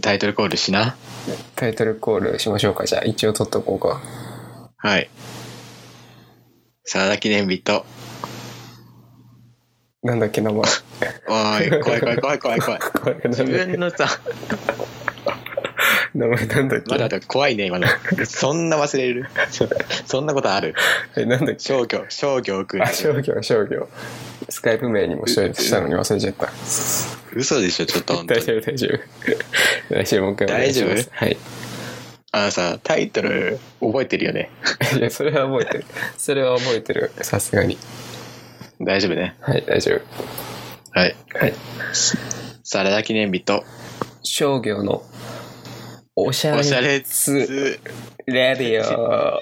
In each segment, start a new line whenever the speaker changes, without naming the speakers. タイトルコールしな。
タイトルコールしましょうか。じゃあ、一応取っとこうか。
はい。真田記念日と、
なんだっけ、名前。
お ーい、怖い怖い怖い怖い怖い。
怖い
自
なんだっけ
分の さ、
名前なんだっけ、
まだだ怖いね、今の。そんな忘れる。 そんなことある。
え、なんだっけ
商業、商業くん
あ、。商業、商業。スカイプ名にもしようとしたのに忘れちゃった。
嘘でしょ、ちょっと本当
大
に。
丈夫、大丈夫。来週もう一回お願いします。はい。
あのさ、タイトル覚えてるよね。
いや、それは覚えてる。それは覚えてる。さすがに。
大丈夫ね。
はい、大丈夫。
はい。
はい。
サラダ記念日と、
商業のおしゃ
おしゃ
れ
れ
つ
つ、
レディオ。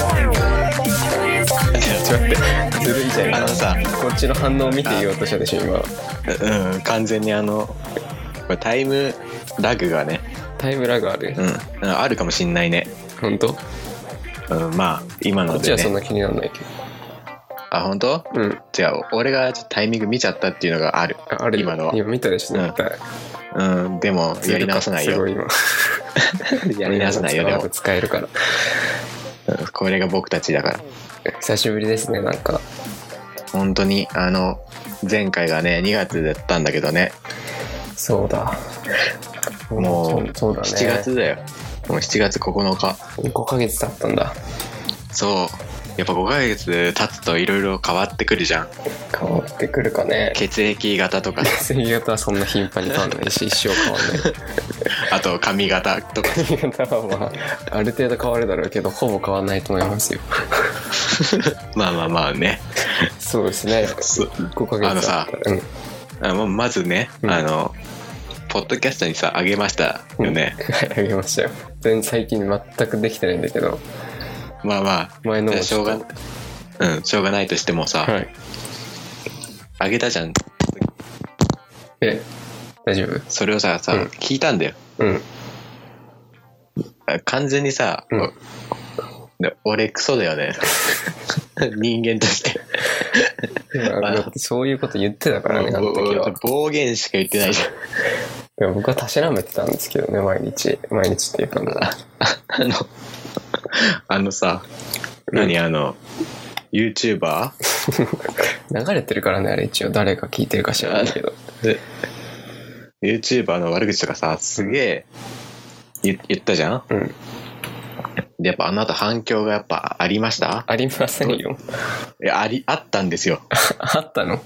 ちょっと待って、ずるいじ
あ
ゃん。
のさ、
こっちの反応を見て言おうとしたでしょ、今。
うん、完全にあの、これタイムラグがね、
タイムラグある
う。ん、うんあるかもしんないね。
本当こ
うん、まあ、今の
っち
で
はそん
ね。
な気にならないけど。
あ、本当？
うん。
じゃあ、俺がちょっとタイミング見ちゃったっていうのがある。
ああれ
今のは。
今見たでしょ、
うん
絶対。
うん、でも、やり直さない
すご
よ。
い今。
やり直さないよ、で
まだ
も。
使えるから。
うんこれが僕たちだから。
久しぶりですね、なんか。
本当に、あの、前回がね、2月だったんだけどね、
そうだ。
も
そうそうだね。
7月だよ。もう7月9日。
5ヶ月経ったんだ。
そう。やっぱ5ヶ月経つといろいろ変わってくるじゃん。
変わってくるか ね。
血液型とか、
髪型はそんな頻繁に変わらないし、一生変わらない。
あと髪型とか。
髪型はまあ、ある程度変わるだろうけど、ほぼ変わらないと思います よ。
まあまあまあね。
そうですね。
そ
5ヶ月経った。うん。
あままずね、
うん
あの、ポッドキャストにさ、あげましたよ ね。
はい、あげましたよ。全然最近全くできてないんだけど、
まあまあ、
前のも
しょうが、うん、しょうがないとしてもさ、
はい。
あげたじゃん。
え、大丈夫
それをさ、さ、
うん
聞いたんだよ。
うん。
あ完全にさ、
うん
で俺クソだよ ね。人間として。
今だってそういうこと言ってたからね、あの時は。
暴言しか言ってないじゃん。
でも僕はたしなめてたんですけどね、毎日。毎日っていうかもう、
あの、あのさ、何あの、YouTuber?
流れてるからね、あれ一応。誰が聞いてるか知らないけど。
YouTuber の悪口とかさ、すげえ言言ったじゃん
うん。
で、やっぱあの後反響がやっぱありました
ありませ んよ。
いや、あり、あったんですよ。
あったの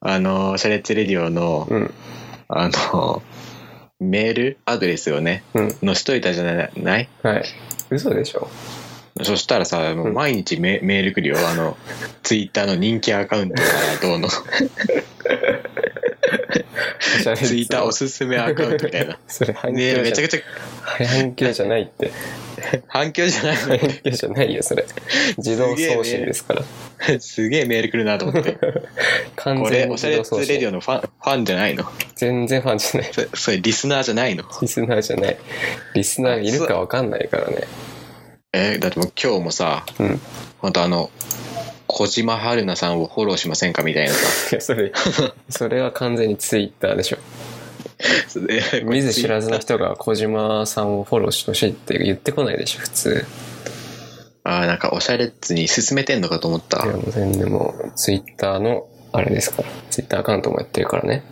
あの、シャレッツレディオの、
うん。
あの、メールアドレスをね、
うん。
のしといたじゃないない
はい。嘘でしょ
そしたらさ、もう毎日メ,、メール来るよ。あの、ツイッターの人気アカウントからどう の、ツイッターおすすめアカウントみたいな。。
それ反響じ
ね
ゃ
めちゃくちゃ
反響じゃないって。
反響じゃない
反響じゃないよ、それ。自動送信ですから。
の すげえメール来るなと思って。
完
これ、
全に
おし
自
ゃれ
動
ツ
送
レディ
信。
オのファン、ファンじゃないの
全然ファンじゃない。
それ、それリスナーじゃないの
リスナーじゃない。リスナーがいるかわかんないからね。
えーだってもう今日もさ、
うん。
本当あの、小島春菜さんをフォローしませんかみたいな さ。
いや、それ、それは完全にツイッターでしょ。見ず知らずの人が小島さんをフォローしてほしいって言ってこないでしょ、普通。
ああ、なんかおしゃれっつに進めてんのかと思っ
い
た
や、。もう全然もう、ツイッターの、あれですから。ツイッターアカウントもやってるからね。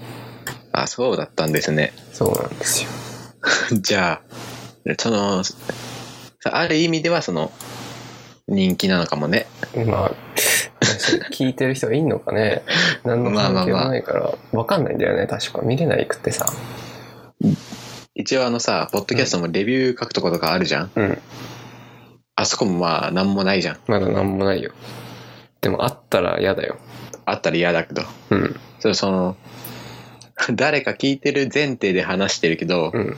あそうだったんですね。
そうなんですよ。
じゃあ、その、ある意味ではその、人気なのかもね。
まあ、聞いてる人いんのか ね。何の関係もないから、わかんないんだよね、確か。見れないくってさ。
一応あのさ、ポッドキャストもレビュー書くとことかあるじゃん、
うん。
あそこもまあ、なんもないじゃん。
まだなんもないよ。でもあったら嫌だよ。
あったら嫌だけど。
うん。
それその、誰か聞いてる前提で話してるけど、
うん。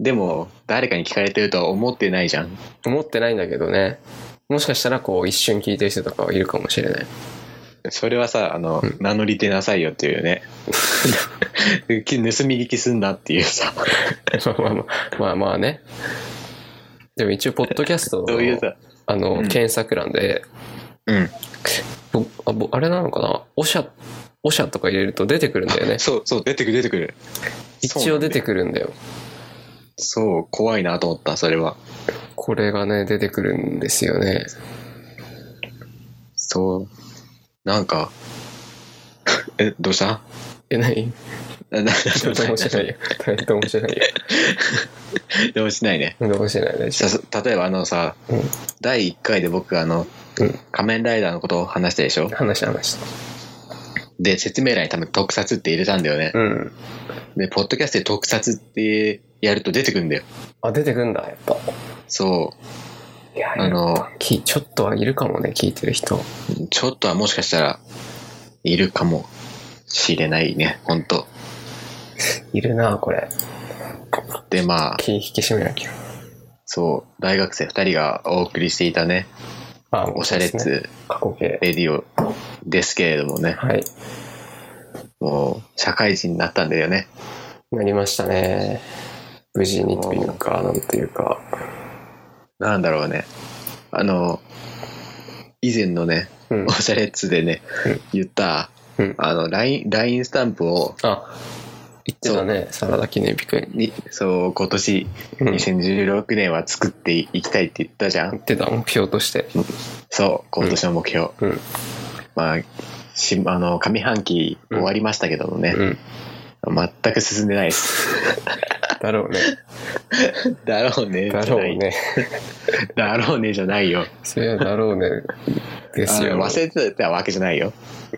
でも、誰かに聞かれてるとは思ってないじゃん。
思ってないんだけどね。もしかしたらこう一瞬聞いてる人とかはいるかもしれない。
それはさ、あの、
うん
名乗り出なさいよっていうね。盗み聞きすんなっていうさ、
まあまあまあ、まあまあね。でも一応、ポッドキャスト
そういう
の
さ、
あの
うん
検索欄で、
うん。
ぼあぼあれなのかなおしゃ、おしゃとか入れると出てくるんだよね。
そう、そう、出てくる出てくる。
一応出て
る。
くるんだよ。
そう、怖いなと思った、それは。
これがね、出てくるんですよね。
そう。なんか、え、どうした
え、何
なな
どうもしないよ。どうもしないよ。
どうもしないね。
どうもしない。大丈
さ例えばあのさ、
うん
第1回で僕あの、
うん
仮面ライダーのことを話したでしょ
夫。話した話し
で、説明欄に多分特撮って入れたんだよね
た。。うん。
で、ポッドキャストで特撮ってやると出てくんだよ。
あ、出てくんだ、やっぱ。
そ
いや、
う。あの、
きちょっとはいるかもね、聞いてる人。
ちょっとはもしかしたら、いるかもしれないね、ほんと。
いるな、これ。
で、まあ、
気引き締めなきゃ。
そう、大学生2人がお送りしていたね、
あ、
おしゃれっ
そうですね
つ
過去形。
レディオですけれどもね、
はい。
もう、社会人になったんだよね。
なりましたね。無事にというか、なんていうか。
なんだろうね。あの、以前のね、
うん
お。しゃれっつでね、
うん
言った、
うん
あの、LINE、ラインスタンプを、
あ、言ってたね、サラダ記念日くん。
にそう、今年、
うん言
2016年は作っていきたいって言ったじゃん。
ってた、目標として。
そう、今年の目標。
うん。
まあ、しあの、上半期終わりましたけどもね、
うん。
全く進んでないです。
だろう ね。
だろうね、
だ
じゃ
ろ
な
う
い。
ね。
だろうね、じゃないよ。
それはだろうね。です
あ
よ。
の忘れてたわけじゃないよ。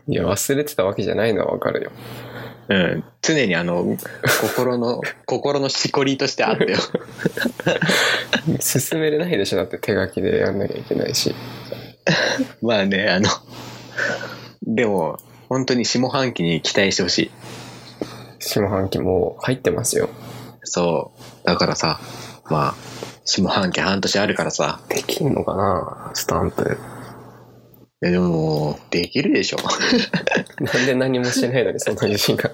いや、忘れてたわけじゃないのはわかるよ。
うん。常にあの、心 の、心のしこりとしてあったよ。
進めれないでしょ。だって手書きでやんなきゃいけないし。
まあね、あの、でも、本当に下半期に期待してほしい。
下半期もう入ってますよ。
そう。だからさ、まあ、下半期半年あるからさ、
できんのかなスタンプ。
えでも、できるでしょ。
なんで何もしないのにそんな自信 が。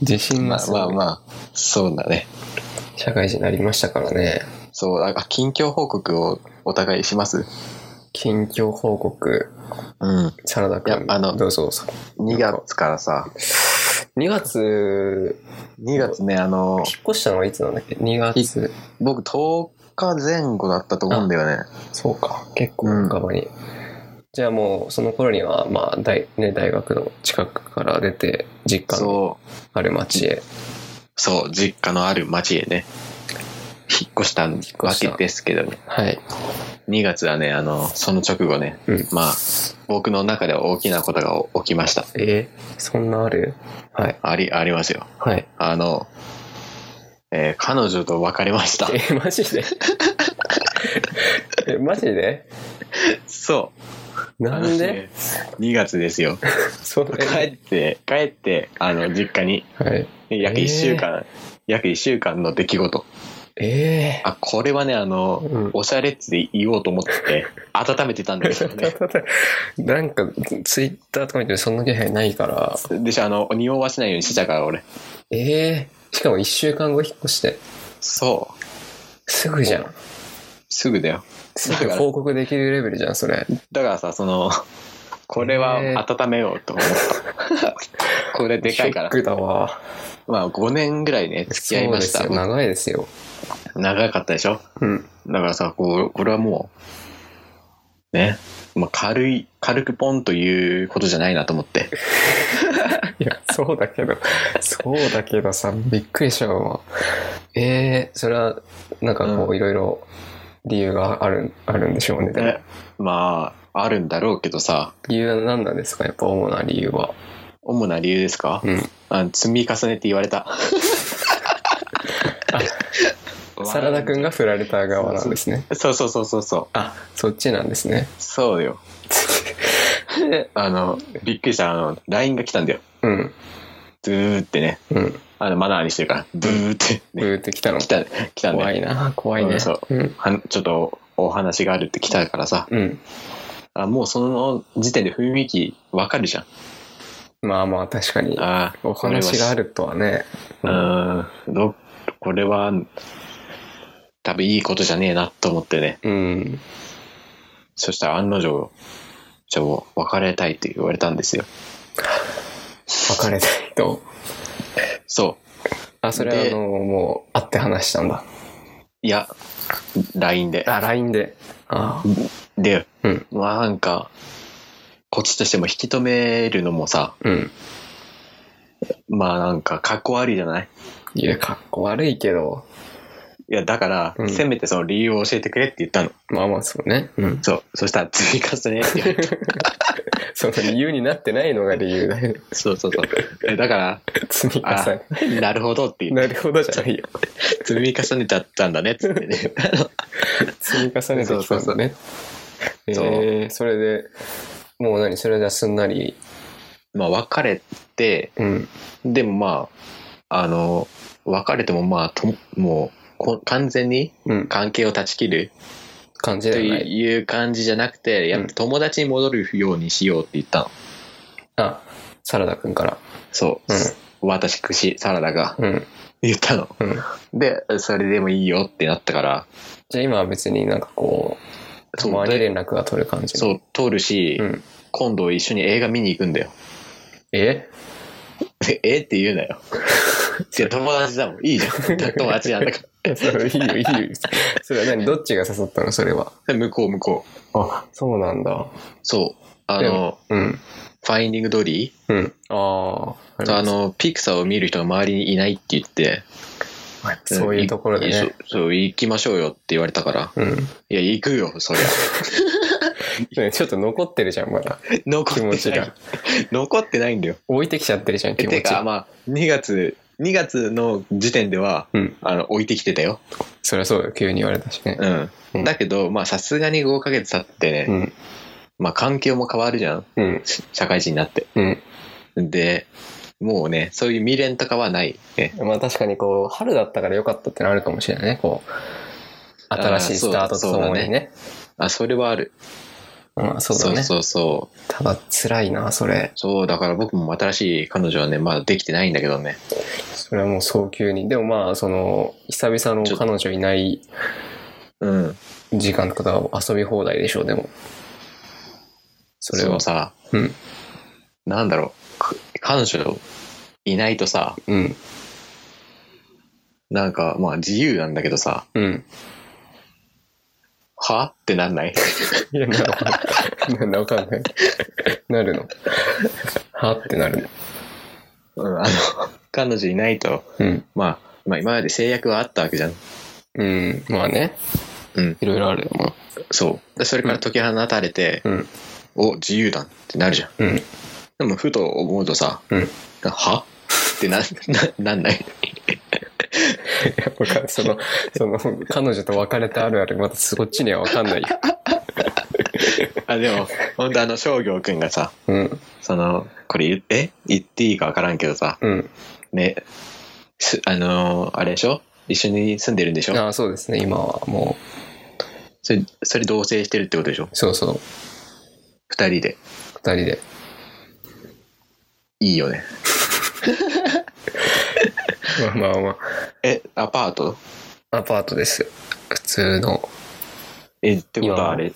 自信
ま
が
あ
す ごい
まあまあ、そうだね。
社会人になりましたからね。
そう、あ、あ近況報告をお互いします
近況報告、
うん。
サラダ
いや
君、
あの
どうぞ。さ
2月からさ、
2月、
2月ね、あの、
引っ越したのはいつなんだっけ ?2 月。
僕10日前後だったと思うんだよね。
そうか。結構ガバに。じゃあもう、その頃には、まあ大、ね、大学の近くから出て、実家の
そう、
ある町へ。
そう、実家のある町へね、引っ越したわ
越し
け
た
ですけどね。
はい。
2月はね、あの、その直後ね、
うん
まあ、僕の中では大きなことがお起きました。
えーそんなあるはい。
あり、ありますよ。
はい。
あの、えー彼女と別れました
え。ーマジ でえ、マジで
そ
な
う。
ん
あの
で
ね ?2 月ですよ。
そんな
帰って、帰って、あの、実家に、
はい。
約
えー
1週間、約1週間の出来事。
え
あ、これはね、あ
ー
の、
うん
おしゃれっつで言おうと思って、温めてたんですよ ね。
なんか、ツイッターとか見てそんな気配ないから、
でしょ、あの、匂わしないようにしてたから、俺。
ええしかも1週間後引っ越して、
そう。
すぐじゃん。
すぐだよ。
すぐ報告できるレベルじゃん、それ。
だからさ、その、これは温めようと思 った。これでかいから
ショ。ックだわ。
まあ5年ぐらいね、付き合いまし
そ
た
うです。よ長いですよ。
長かったでしょ
うん。
だからさ、こう、これはもう、ね、まあ軽い、軽くポンということじゃないなと思 って。
いや、そうだけど、そうだけどさ、びっくりしちゃうわ。ええそれは、なんかこ
う
う、いろいろ理由がある、あるんでしょうね。でも
ね、まあ、あるんだろうけどさ、
理由は何なんですかやっぱ主な理由は。
主な理由ですか
うん。
あ積み重ねって言われた。
サラダくんが振られた側なんですね。
そうそうそうそうそう。
あ、そっちなんですね。
そう よ。であの、びっくりした。あの、LINE が来たんだよ。
うん。
ドゥーってね。
うん。
あの、マナーにしてるから。ドゥーって、
ブ
ね。
ーって来たの。
来た、来たんだ
怖
よ。
いな、怖いね。
そう
うん。
はんちょっとお話があるって来たからさ。
うん。
あ、もうその時点で雰囲気わかるじゃん。
まあまあ、確かに。
あー
お話があ
る。
るとはね。
うん。ど、これは、多分いいことじゃねえなと思ってね。
うん。
そしたら案の定、じゃあもう別れたいって言われたんですよ。
別れたいと。
そう。
あ、それはあ
で
の、もう、会って話したんだ。
いや、LINE で。
あ、LINE で。あ
で、
うん
まあなんか、こっちとしても引き止めるのもさ、
うん。
まあなんか、かっこ悪いじゃない
いや、かっこ悪いけど。
いや、だから、
うん
せめてその理由を教えてくれって言ったの。
まあまあ、そうね。うん。
そう。そしたら、追加すねって言わ れた
その理由になってないのが理由だ よね。
そうそうそう。えだから、
積み重
あ
ね。
なるほどって言っ
なるほどじゃないよ。
て、積み重ねちゃったんだねっつってね。
積み重ねてきたんだね。
そうそうそう
えー、それで、もう何それじゃすんなり。
まあ、別れて、
うん。
でもまあ、あの、別れてもまあ、ともうこ、完全に
うん。
関係を断ち切る
感じ
と
ではない。
いう感じじゃなくて、やっぱ友達に戻るようにしようって言ったの。
あ、サラダくんから。
そう。
うん
私くし、サラダが
うん。
言ったの。
うん。
で、それでもいいよってなったから、
じゃあ今は別になんかこう、た
そう
まに
で
連絡が取る感じ。
そうう、通るし、
うん。
今度一緒に映画見に行くんだよ。
え
で えって言うなよ。いや、友達だもん。いい じゃん。友達なんだか
それいいよ、いいよ。 それは何どっちが誘ったのそれは。
ら。向こう、向こう。
あ、そうなんだ。
そう。あ
で
の、
うん。
ファインディングドリ
うん。あ
ー
あ。
あ、の、ピクサーを見る人が周りにいないって言って、
そういうところで
そ
ね
う。そう、行きましょうよって言われたから、
うん。
いや、行くよ、そりゃ。
ねちょっと残ってるじゃん、まだ。
残
気持
って
ち
ない
が。。
残ってないんだよ。
置いてきちゃってるじゃん、
え
気持
て
ち。
かまあ2月2月の時点では
うん。
あの置いてきてたよ、
そりゃそうよ、急に言われたしね。
うん
うん
だけどまあさすがに5ヶ月経ってね、
うん。
まあ環境も変わるじゃん
うん。
し社会人になって
うん。
でもうねそういう未練とかはない、ね、
まあ確かにこう、春だったから良かったってのあるかもしれないね、こう。新しいスタートとともにね。
あそれはある
うん、そうだね。
そうそう
ただ辛いな、それ。
そうだから僕も新しい彼女はねまだできてないんだけどね
それはもう早急に。でもまあ、その、久々の彼女いない
うん
時間とかは遊び放題でしょう、でも。
そ
それ
れ
は
は。さ
うん。
なんだろうか彼女いないとさ
うん。
なんかまあ自由なんだけどさ
うん。
はってなんない
いや、なるほど。なんだ、わかんない。なるの。はってなるの。
うんあの彼女いないと
うん。
まあ、まあ今まで制約はあったわけじゃん。
うん。まあね。
うん。
いろいろあるよ、も
そう。でそれから解き放たれて、
う。うん。
お、自由だってなるじゃん。
うん。
でも、ふと思うとさ、
うん。
はってな、な、なんない。
わかる その、その、彼女と別れたあるある、またそっちにはわかんないよ。
あ、でも、本当あの、商業くんがさ、
うん。
その、これ言って、言っていいかわからんけどさ、
うん。
ね、すあのーあれでしょ一緒に住んでるんでしょ
ああ、そうですね、今はも
それ、それ同棲してるってことでしょ
う、そうそう、
二人で。
二人で。
いいよね。
まあまあま
え、アパート
あ、アパートです。普通の。
え、ってこと
いや
はあれ、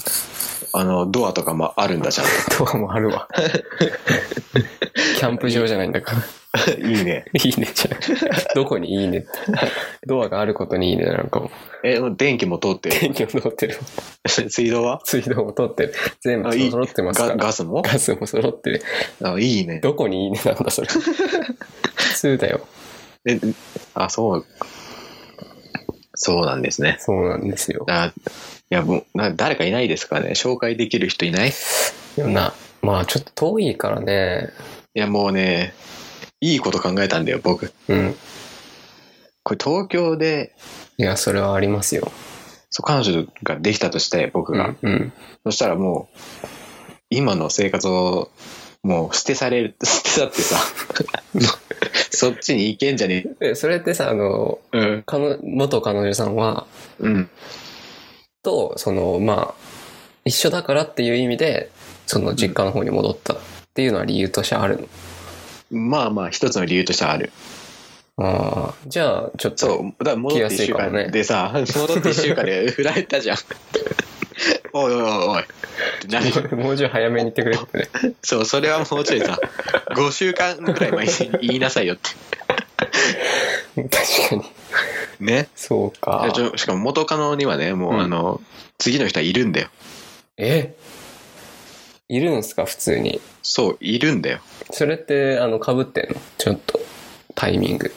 あの、ドアとかもあるんだじゃん。
とアもあ るわ。キャンプ場じゃないんだから。
いいね。
いいね、じゃないどこにいいねって。ドアがあることにいいね、なんかもう。
え、もう電気も通ってる。
天気も通ってる。
水道は
水道も通ってる。全部
あいい
揃ってますか
ガ
ら。
ガスも
ガスも揃ってる。
あいいね。
どこにいいねなんだ、そ れ。普通だよ。
えあ、そう。そうなんですね。
そうなんですよ。
あいや、もう、な誰かいないですかね紹介できる人いないい
でもな、まあちょっと遠いからね。
や、もうね、いいこと考えたんだよ、僕。
うん。
これ東京で
いや、それはありますよ。
そう彼女ができたとして僕
う
が、
ん。うん。
そしたらもう今の生活をもう捨てされる捨て去ってさそっちに行けんじゃね
で、それってさ、あの、
えうん
彼女元彼女さんは、
うん
と、その、まあ、一緒だからっていう意味で、その実家の方に戻ったっていうのは理由としてあるの。
まあまあ一つの理由としてはある
ああ、じゃあ、ちょっと。
そうだから戻って1週間でさ、戻って1週間で振られたじゃんおいおいおいおいってなるよ
もうちょい早めに言ってくれってね。
そうそれはもうちょいさ5週間ぐらい前に言いなさいよって
確かに。
ね
そうか
で。ちょしかも元カノにはねもう、
うん
あの次の人はいるんだよ
えいるんすか普通に。
そういるんだよ
それって、あの、被ってんのちょっと。タイミング。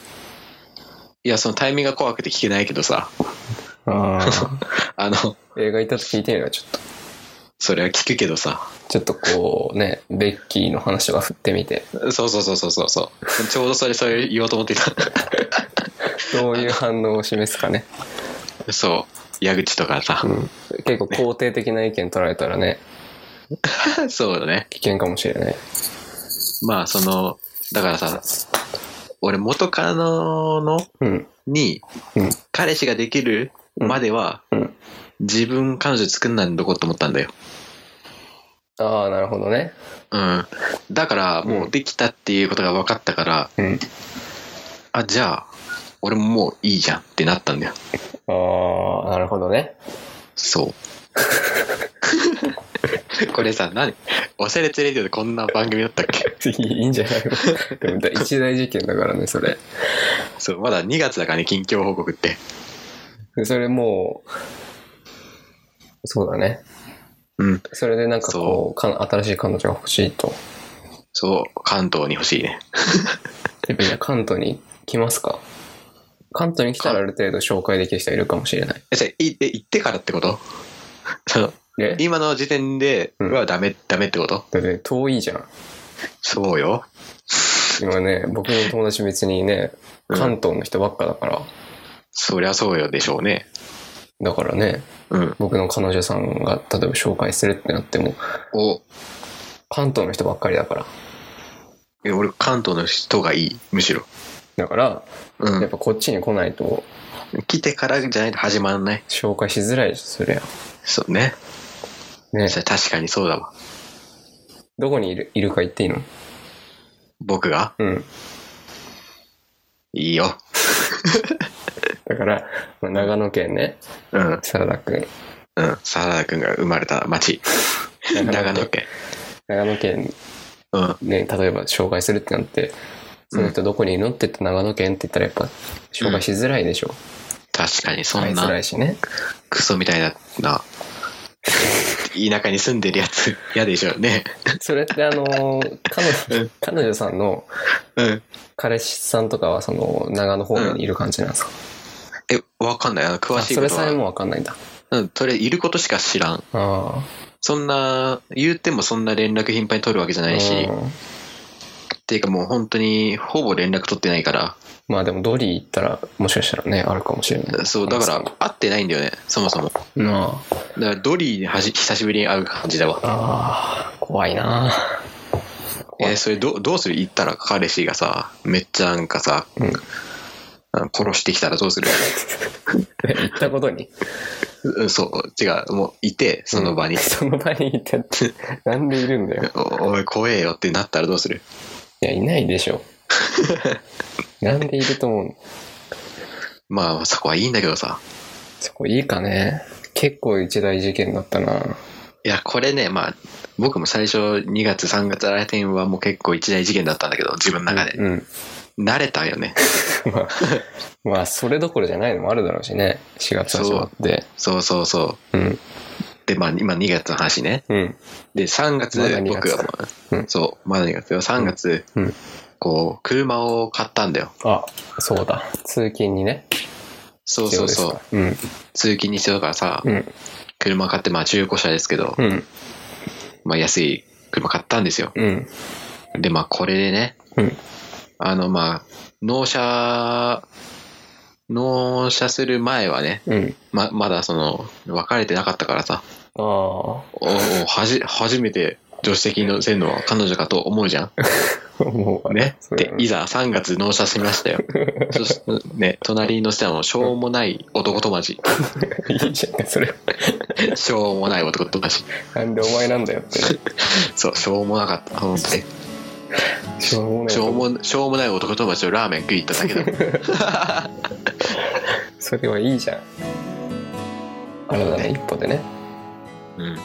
いやそのタイミングが怖くて聞けないけどさ
あ
あの
あ。映画行った時聞いてみれば、ちょっと。
それは聞くけどさ
ちょっとこうね、ベッキーの話とか振ってみて、
そうそうそうそうそうそうちょうどそれそれ言おうと思ってた
どういう反応を示すかね。
そう矢口とかさ
う、ん。結構肯定的な意見取られたらね、
そうだね
危険かもしれない。
まあそのだからさ俺元カノの
うん。
に
うん
彼氏ができるまでは、
うん。
自分彼女作んないんどこうと思ったんだよ
ああ、なるほどね。
うんだからもうできたっていうことが分かったから、
うん。
あじゃあ俺ももういいじゃんってなったんだよ
ああ、なるほどね。
そう これさ何おしゃれつレディオでこんな番組だったっけ
いいんじゃないのでもだ一大事件だからね、それ。
そうまだ2月だからね近況報告って
でそれもう、そうだね。
うん
それでなんかこう、か新しい彼女が欲しいと。
そう関東に欲しいね
てかじゃあ関東に来ますか関東に来たらある程度紹介できる人いるかもしれない。
えそれいえ行ってからってことその
え
今の時点で
うん
はダメ、ダメってこと
だって遠いじゃん。
そうよ
今ね、僕の友達別にね、
うん
関東の人ばっかだから。
そりゃそうよでしょうね
だからね、
うん
僕の彼女さんが例えば紹介するってなっても、
お
関東の人ばっかりだから。
え俺関東の人がいいむしろ
だから、
う
やっ
ん
ぱこっちに来ないと
来てからじゃないと始まらない
紹介しづらいじゃん、そりゃ。
そうね
ね
それ確かにそうだわ
どこにいるいるか言っていいの
僕が
うん。
いいよ
だから、まあ長野県ね、
うん
サラダくん。
うん真田君が生まれた町長野県
長野県
うん
ね、例えば紹介するってなって、その人どこにいるのって言ったら長野県って言ったらやっぱ紹介しづらいでしょ。
確かにそ
会
ん
いづら
ない
しね。
クソみたいなな田舎に住んでるや つ嫌でしょうね
それってあのー、彼
う
女、彼女さんの
うん
彼氏さんとかはその長野方面にいる感じなんですか、
えわかんないあの詳
あ
しい
そ
こ
れ
と
さえ
は
もわかんないんだ。
うんそれいることしか知らん
ああ。
そんな言ってもそんな連絡頻繁に取るわけじゃないし
うん
っていうかもう本当にほぼ連絡取ってないから
まあでもドリー行ったらもしかしたらね、あるかもしれない。
そうだから会ってないんだよねそもそもだか
ら。なあ。
らドリーにはじ久しぶりに会う感じだわ
ああ、怖いな怖い
えーそれどどうする行ったら彼氏がさめっちゃなんかさ、
うん
あ殺してきたらどうす る
え 行ったことに。
うんそう違うもういてその場に、
その場にいたって、なんでいるんだよ。
おおい怖えよってなったらどうする
いや、いないで しょ。なんでいると思うの
まあそこはいいんだけどさ
そこいいかね。結構一大事件だったな。
いやこれねまあ僕も最初2月3月らへんはもう結構一大事件だったんだけど自分の中で、
うん。
慣れたよね
ま あ、まあ、それどころじゃないのもあるだろうしね。4月始まって。
そうそうそう
うん。
でまあ今2月の話ね
うん。
で3月
まだ2
僕
月
が
か
もう、
うん
そうまだ2月よ3月、
うん
こう車を買ったんだよ
あ、そうだ。通勤にね。
そうそうそう
う。うん。
通勤にしてたからさ、
うん。
車買って、まあ中古車ですけど、
うん。
まあ安い車買ったんですよ。
うん。
で、まあこれでね、
うん。
あのまあ、納車納車する前はね、
うん。
ま、まだその、別れてなかったからさ、
あ
おおはじ、初めて助手席に乗せるのは彼女かと思うじゃん。
あ。もう、
ね。
そ
で、
れ
いざ3月納車しま したよ。そしね、隣に乗せたのもしょうもない男友達。
いいじゃんか、それ。
しょうもない男友達。
なんでお前なんだよって。
そう、しょうもなかった。ほんとに
しょうもない。
しょうも、しょうもない男友達とラーメン食い行っただけだもん。
それはいいじゃん。新たな一歩でね。
うん。